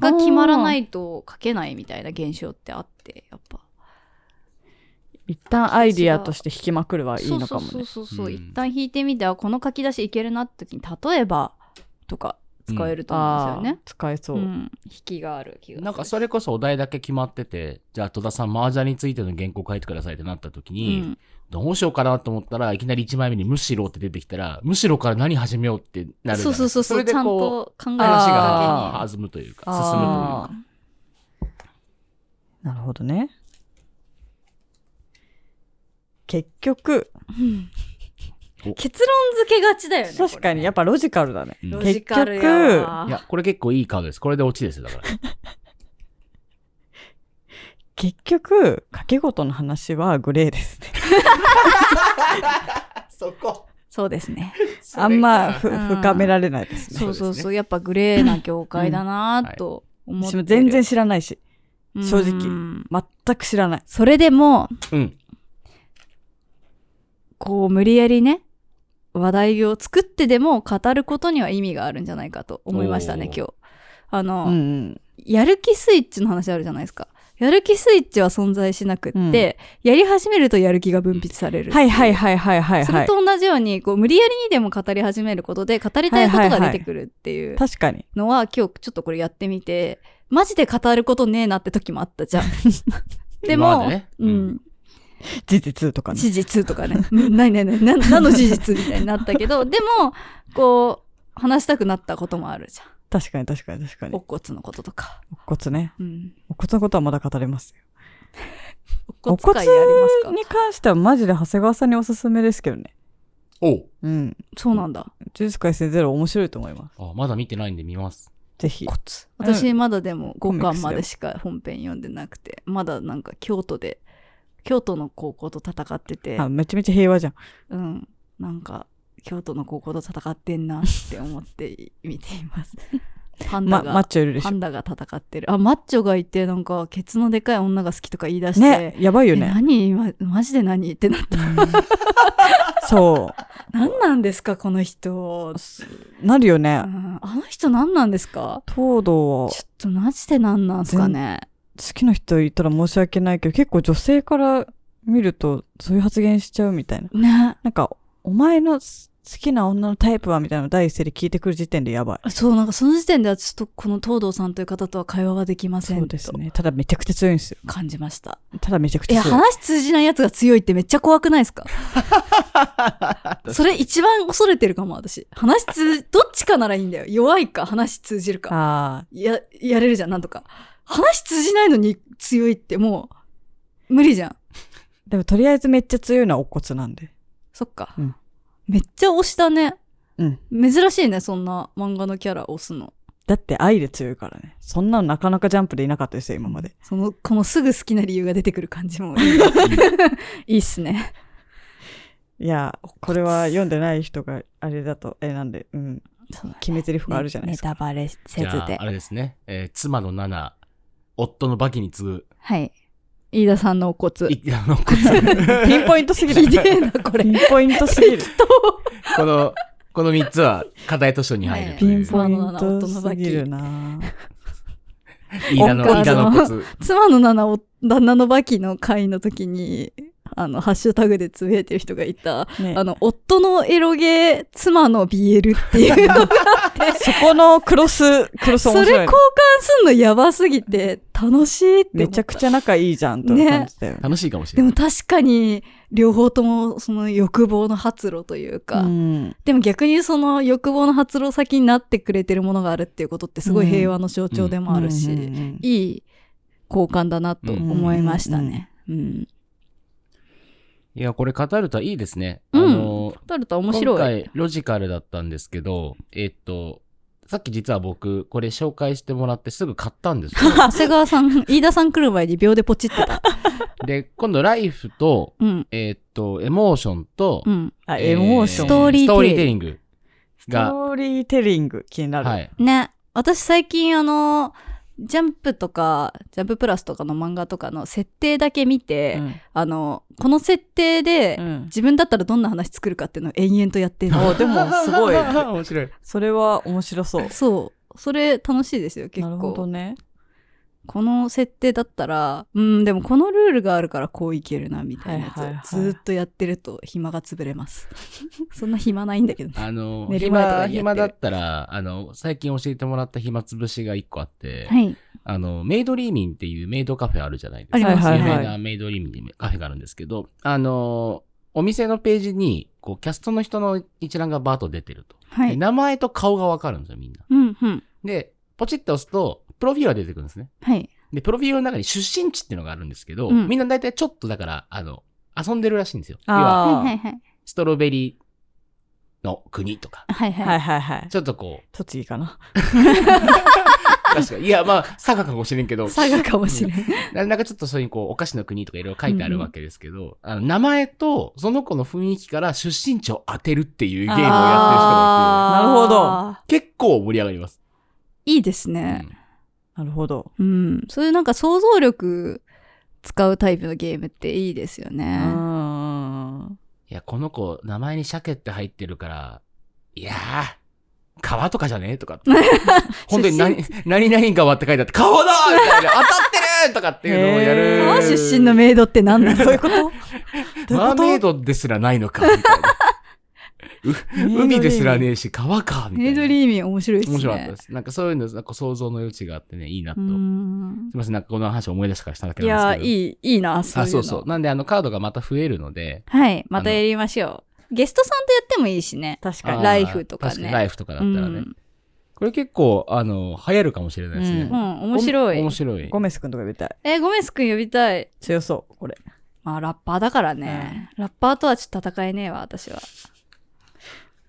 C: が決まらないと書けないみたいな現象ってあって、やっぱ。
B: 一旦アイディアとして引きまくるはいいのか
C: そう
B: もね。
C: そうそうそう、
D: うん
C: 一旦引いてみて、あ、この書き出しいけるなって時に、例えばとか使えると思うんですよ
B: ー
C: ね。
B: 使えそうう。
C: ん、引きがある気がする。
D: なんかそれこそお題だけ決まってて、じゃあ戸田さん、麻雀についての原稿書いてくださいってなった時
C: う
D: に、
C: ん、
D: どうしようかなと思ったらいきなり1枚目に「むしろ」って出てきたら「むしろ」から何始めようってなるじ
C: そう
D: ゃない
C: そうそう
D: そ
C: そう、
D: れで
C: ちゃん
D: こと
C: 考える
D: う
C: だ
D: 話
C: け
B: あー
D: が
C: に。
D: 弾むというか進むという
B: あ
D: か
B: あーなるほどね。結局、
C: 結論付けがちだよね。これ
B: 確かにやっぱロジカルだね。
D: うん
C: ロ
B: 結
C: ジカルやわ
D: いやこれ結構いいカードですこれでオチですよだから
B: 結局、掛け事の話はグレーですね。
D: そこ
C: そうですね。
B: あんまふ
C: うん
B: 深められないですね。
C: そうそうそう
D: そ
C: やっぱグレーな業界だなぁと思っ
B: 私
C: てる、
B: も全然知らないし、
C: うん
B: 正直全く知らない。
C: それでも
D: うん
C: こう無理やりね話題を作ってでも語ることには意味があるんじゃないかと思いましたね
D: おー
C: 今日あの、
B: うんうん。
C: やる気スイッチの話あるじゃないですかやる気スイッチは存在しなくって、やり始めるとやる気が分泌される、
B: はいはいはいはいはい
C: そ
B: は
C: れ
B: い。
C: と同じようにこう無理やりにでも語り始めることで語りたいことが出てくるっていう
B: 確かに。
C: のは今日ちょっとこれやってみてマジで語ることねえなって時もあったじ ゃん。で
D: 今
C: も
D: までね
C: う
D: うん
C: ん、
B: 事実とかね。
C: 事実とかね 「うんないないないな何の事実?」みたいになったけ どでもこう話したくなったこともあるじゃん
B: 確かに確かに確かに。
C: お骨のこととか。
B: お骨ね。
C: うん、
B: お骨のことはまだ語れますよ。
C: お骨会やりますか
B: に関してはマジで長谷川さんにおすすめですけどね。
D: おう
B: うん。
C: そうなんだ
B: 呪術改正ゼロ面白いと思います。
D: あまだ見てないんで見ます
B: ぜひ。
C: 骨
B: うん
C: 私まだでも
B: コ
C: 5
B: ミックス
C: 巻
B: だ
C: ま
B: よ
C: でしか本編読んでなくてまだなんか京都で京都の高校と戦ってて
B: あ、めちゃめちゃ平和じゃん。
C: うん、なんか京都の高校と戦ってんなって思って見てい ます。パン
B: ま、
C: ダが、
B: マッチョいるでし
C: パ
B: ょ。
C: ンダが戦ってる。あ、マッチョがいて、なんか、ケツのでかい女が好きとか言い出して、
B: ね、やばいよ
C: え
B: ね。
C: 何今、マジで何ってなった。
B: そ
C: 何なんですか、この人。
B: う。なるよ
C: う
B: ね。
C: んあの人何なんですか
B: 東堂は
C: ちょっとマジで何なんすかね。
B: 好きな人いたら申し訳ないけど、結構女性から見ると、そういう発言しちゃうみたいな。
C: ね。
B: なんか、お前の好きな女のタイプはみたいなの第一声で聞いてくる時点でやばい。
C: そう、なんかその時点ではちょっとこの東堂さんという方とは会話ができませ
B: そうんです
C: と
B: ね。ただめちゃくちゃ強いんですよ。
C: 感じました。
B: ただめちゃく
C: い
B: ちゃ
C: や、
B: 強い。
C: 話通じないやつが強いってめっちゃ怖くない ですかそれ一番恐れてるかも、私。話通、どっちかならいいんだよ。弱いか、話通じるか。
B: ああ、
C: や、やれるじゃん、なんとか。話通じないのに強いってもう、無理じゃん。
B: でもとりあえずめっちゃ強いのはお骨なんで。
C: そっか。
B: うん
C: めっちゃ推したね。
B: うん
C: 珍しいね、そんな漫画のキャラ推すの。
B: だって愛で強いからね。そんなのなかなかジャンプでいなかったですよ、今まで。
C: その、このすぐ好きな理由が出てくる感じも いい。いいっすね。
B: いや、これは読んでない人があれだと、え、なんで、うん、決め台詞があるじゃないですか。
C: ネタバレせず
D: じゃ
C: で
D: ああ。れですね、えー妻の7夫のバキに次ぐ
C: はい。飯田さんのお骨。
D: いあのこ つ
B: ピンポイントすぎ
C: ひ
B: る。
C: でえな、これ。
B: ピンポイントすぎる。
D: このこの3つは課題図書に入ると
B: ピ
D: い
B: ン
D: う
B: ポイントすぎるな
D: 飯田の
C: ポン
D: 飯田のコツ
C: 妻の七を旦那のバキの会の時に、ああの、ハッシュタグでつぶやいてる人がいた、
B: ね
C: あの、夫のエロゲー、妻の BL っていうのがあって、
B: そこのクロス、クロス
C: そ
B: 面
C: れ
B: 白
C: 交
B: い
C: 換
B: ね。
C: すんのやばすぎて、楽しいって思
B: め
C: っ
B: ちゃくちゃ仲いいじゃんという感じだよね。
D: 楽しいかもしれ
C: で
D: な
C: も
D: い。
C: 確かに、両方ともその欲望の発露というか、
B: うん
C: でも逆にその欲望の発露先になってくれてるものがあるっていうことってすごい平和の象徴でもあるし、
B: うんうんうん
C: いい交換だなと思いましたね。うん。
D: いや、これ語るとはいいですね。
C: うん
D: あの、
C: タルタ面白い。
D: 今回ロジカルだったんですけど、えっと、さっき実は僕、これ紹介してもらってすぐ買ったんです よ。
C: 長谷川さん、飯田さん来る前に秒でポチってた。
D: で、今度ライフと、
C: うん。
D: えっと、エモーションと、
C: うん。
B: あ、
D: えー
B: エモーション。
C: ストーリーテリング
D: ストーリ
B: ストーリ
D: ーテリング。
B: ーテリング気になる。
D: はい。
C: ね。私最近あの、ジャンプとか、ジャンププラスとかの漫画とかの設定だけ見て、
B: うん
C: あの、この設定で、
B: うん
C: 自分だったらどんな話作るかっていうのを延々とやってるの
B: おでもす ごい
D: 面白い。
B: それは面白そう。
C: そう。それ楽しいですよ、結
B: なるほど
C: 構。
B: ね。
C: この設定だったら、うん、でもこのルールがあるからこういけるな、みたいなやつを
B: はいはいはい
C: ずーっとやってると暇が潰れます。 そんな暇ないんだけどね。
D: あの、
C: 寝る前とかにやってる
D: 暇、暇だったら、あの、最近教えてもらった暇つぶしが一個あって、
C: はい。
D: あの、メイドリーミンっていうメイドカフェあるじゃないです
C: あ
D: か。
C: りますね。
B: は
D: 有
B: いはい
D: 名
B: はい
D: なメイドリーミンにカフェがあるんですけど、あの、お店のページに、こう、キャストの人の一覧がバーッと出てると。
C: は
D: で
C: い。
D: 名前と顔がわかるんですよ、みんな。
C: うん、うん。
D: で、ポチッと押すと、プロフィールが出てくるんですね。
C: はい。
D: で、プロフィールの中に出身地っていうのがあるんですけど、
C: うん
D: みんな大体ちょっとだから、あの、遊んでるらしいんですよ。要は、
B: あ
A: はいはい
D: ストロベリーの国とか、
A: はい
B: あ。
A: は。
B: はいいはいはい。
D: ちょっとこう、
B: 栃木かな。
D: 確かに、いや、まあ、佐賀かもしれん けど、
C: 佐賀かもしれん。
D: ななんかちょっとそういうこう、お菓子の国とかいろいろ書いてあるわけですけど、あの、名前と、その子の雰囲気から出身地を当てるっていうゲームをやってる人が
B: なるほど
C: あー
D: いて、結構盛り上がります。
C: いいです
D: う
C: ね。
D: ん
B: なるほど。
C: うん。そういうなんか想像力使うタイプのゲームっていいですよ
B: う
C: ね。
B: ん。
D: いや、この子、名前に鮭って入ってるから、いやー、川とかじゃねえとか って。本当に何、何々川って書いてあって、川だみたいな、 当たってるとかっていうのをやる。
B: へー
C: 川出身のメイドって何な
B: そうい
C: の
B: うことどういうこと
D: マーメイドですらないのか、みたいな。海ですら。ねえし、川か、みたいな。
C: メイドリーミン面白いですね。
D: 面白かったです。なんかそういうの、なんか想像の余地があってね、いいなと。
C: う
D: す
C: ん
D: みません、なんかこの話思い出したからしただけ
C: い
D: なん
C: や
D: ですけど。い
C: いい、いいな、そう
D: あ、
C: いう
D: そ
C: の。
D: うそう。なんで、あの、カードがまた増えるので、
C: はい、またやりましょう。ゲストさんとやってもいいしね。
B: 確
D: あ
B: か
D: ー
B: に。
C: ライフとかね
D: 確にライフとかだ
C: う
D: っ
C: ん、
D: た
C: う
D: らね。
C: ん、
D: これ結構、あの、流行るかもしれないですね。
B: うん
C: 面白
D: お面
C: い。
D: 白い。
B: ゴメス君とか呼びたい。
C: えー、ゴメス君呼びたい。
B: 強そう、これ。
C: まあ、ラッパーだからね。ラッパーとはちょっと戦えねえわ、私は。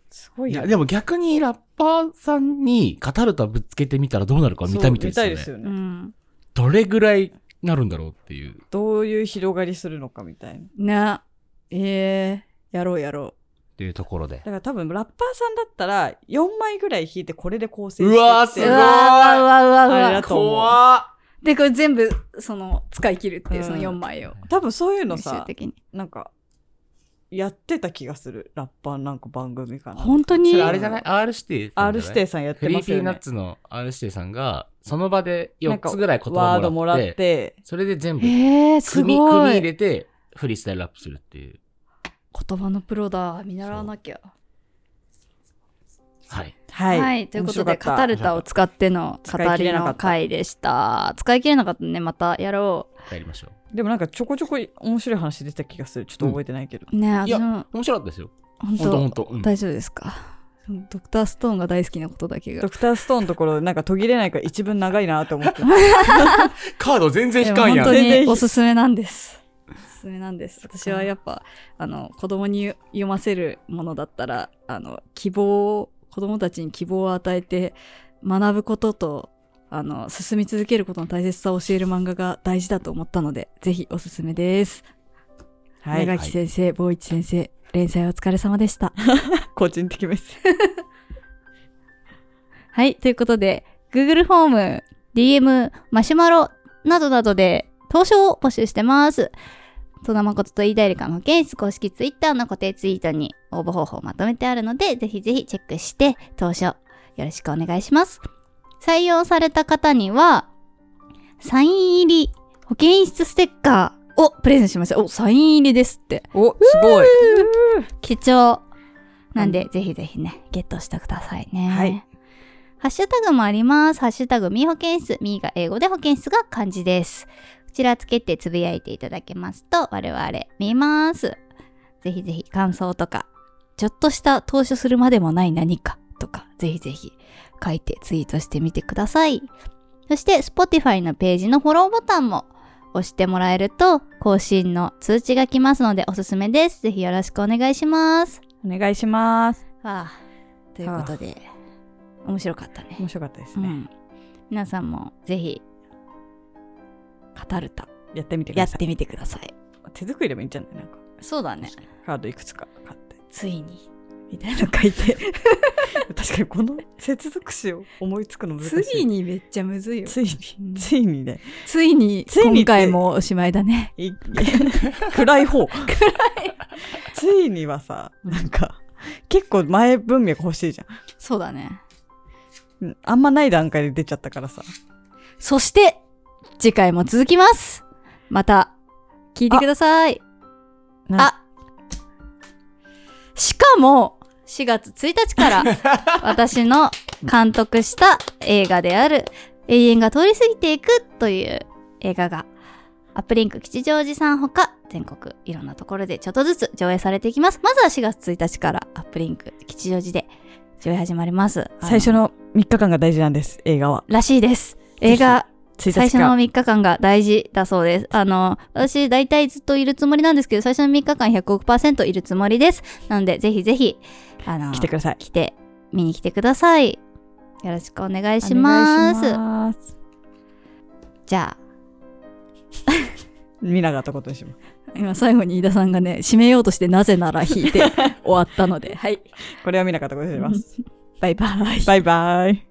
B: すごい
D: いや、
B: よ。
D: でも逆にラッパーさんに語るとぶつけてみたらどうなるか見たみたいです
B: そ
D: よ
B: う見た
D: ね。
B: いですよ
C: う
B: ね。
C: ん。
D: どれぐらいなるんだろうっていう。
B: どういう広がりするのかみたいな。
C: ね。えー、やろうやろ
D: っていうところで
B: だ。から多分ラッパーさんだったら4枚ぐらい弾いてこれで構成して
D: うわー
B: っ
C: う。
B: て
D: すご
C: う
D: い
C: わーうわうわうわ
B: あれ
C: うわ
B: だ。と思う
D: っ
C: で、これ全部、その、使い切るっていう、
B: うん
C: その4枚を。
B: 多分そういうの
C: 最終
B: さ
C: 的に。
B: なんかやってた気がするラッパーなんか番組かな
C: 本当に
D: それあれじゃない ?R 指定。
B: R 指定さんやっ
D: フ
B: て
D: リ
B: ま
D: ー
B: す
D: ピー
B: よ
D: ナッ
B: ね
D: ツの R 指定さんが、その場で4つぐらい言
B: ワ
D: 葉
B: ード
D: も
B: も
D: ら
B: ら
D: っ、
B: ってて
D: それで全部組,、
C: えー、す
D: 組
C: ごい。
D: 入れて、フリースタイルラップするっていう。
C: 言葉のプロだ。見習わなきゃ。
D: はい。
B: はい、
C: はい。ということで、
B: 面白かった
C: カタルタを使っての語
B: 使い切
C: り
B: れなか
C: の
B: った
C: 回でした。使い切れなかったね。またやろ
D: やりましょ
B: でもなんかちょこちょこ面白い話出てた気がするちょっと覚えてないけど、
C: う。ねえ、私
D: いや
C: も、
D: う。面白かったですよ。
C: 本
D: ほんとほん
C: 当
D: と。うん
C: 大丈夫ですか。ドクターストーンが大好きなことだけが
B: ド。クターストーンのところなんか途切れないから一文長いなと思 って
D: カード全然
C: で
D: 引
C: も
D: かん
C: 本
D: やん
C: 当。
B: 全然
C: に
B: 引
C: おすすめなんです。おすすめなんです。私はやっぱ、あの、子供に読ませるものだったら、あの、希望を、子供たちに希望を与えて、学ぶことと、あの、進み続けることの大切さを教える漫画が大事だと思ったので、ぜひおすすめです。
B: は
C: 長
B: い
C: 木先生、坊一先生、連載お疲れ様でした。
B: 個人的メッセージ
A: はい。ということで、Google フォーム、DM、マシュマロなどなどで投書を募集してます。戸田誠と飯田エリカの保健室公式 Twitter の固定ツイートに応募方法をまとめてあるので、ぜひぜひチェックして投書よろしくお願いします。採用された方には、サイン入り保健室ステッカー
C: お、プレゼントしました。お、サイン入りですって。
B: お、すごい。
A: 貴重。なんで、ぜひぜひね、ゲットしてくださいね。
B: はい
A: ハッシュタグもあります。ハッシュタグ、みー保健室。みーが英語で保健室が漢字です。こちらつけてつぶやいていただけますと、我々見ます。
C: ぜひぜひ感想とか、ちょっとした投資するまでもない何かとか、ぜひぜひ書いてツイートしてみてください。
A: そして、Spotify のページのフォローボタンも押してもらえると、更新の通知が来ますのでおすすめです。ぜひよろしくお願いします。
B: お願いします。
A: はあ、ということで、面白かったね。
B: 面白かったです
A: う
B: ね。
A: ん、皆さんもぜひカタルタ
B: やってみてく
A: や
B: だ
A: っ
B: さい。
A: てみてください
B: 手作りでもいいんじゃないなんか、
A: そうだね
B: カードいくつか買 って。
A: ついに
B: みたいなの書いて。確かにこの接続詞を思いつくの難しい。
C: つい。にめっちゃむずいよ。
B: ついに。ついにね。
C: ついに、
B: ついに
C: 今回もおしまいだね。
B: い 暗い方。暗い。ついにはさ、なんか、結構前文脈欲しいじゃん
C: そうだね。
B: うん。あんまない段階で出ちゃったからさ。
C: そして、次回も続きます。また、聞いてください。
B: な
C: あしかも、4月1日 から、
A: 私の監督した映画である「永遠が通り過ぎていく」という映画がアップリンク吉祥寺さんほか全国いろんなところでちょっとずつ上映されていきますまずは4月1日からアップリンク吉祥寺で上映始まります
B: 最初
A: の
B: の3日間が大事なんです、映画は。
A: らしいです映画
B: 1
A: 最
B: 日
A: 初の
B: 間。
A: 3日間が大事だそうです。あの、私、大体ずっといるつもりなんですけど、最初の3日間105%いるつもりです。なので、ぜひぜひ、あの、
B: 来てください。
A: 来て見に来てください。よろしくお願いします。
B: お願いします。
A: じゃ
B: ミラがってことにします。
C: 今最後に飯田さんがね、締めようとしてなぜなら引いて終 わったので、はい。
B: これはミラがってことにします。
C: バイバイ。
B: バイバイ。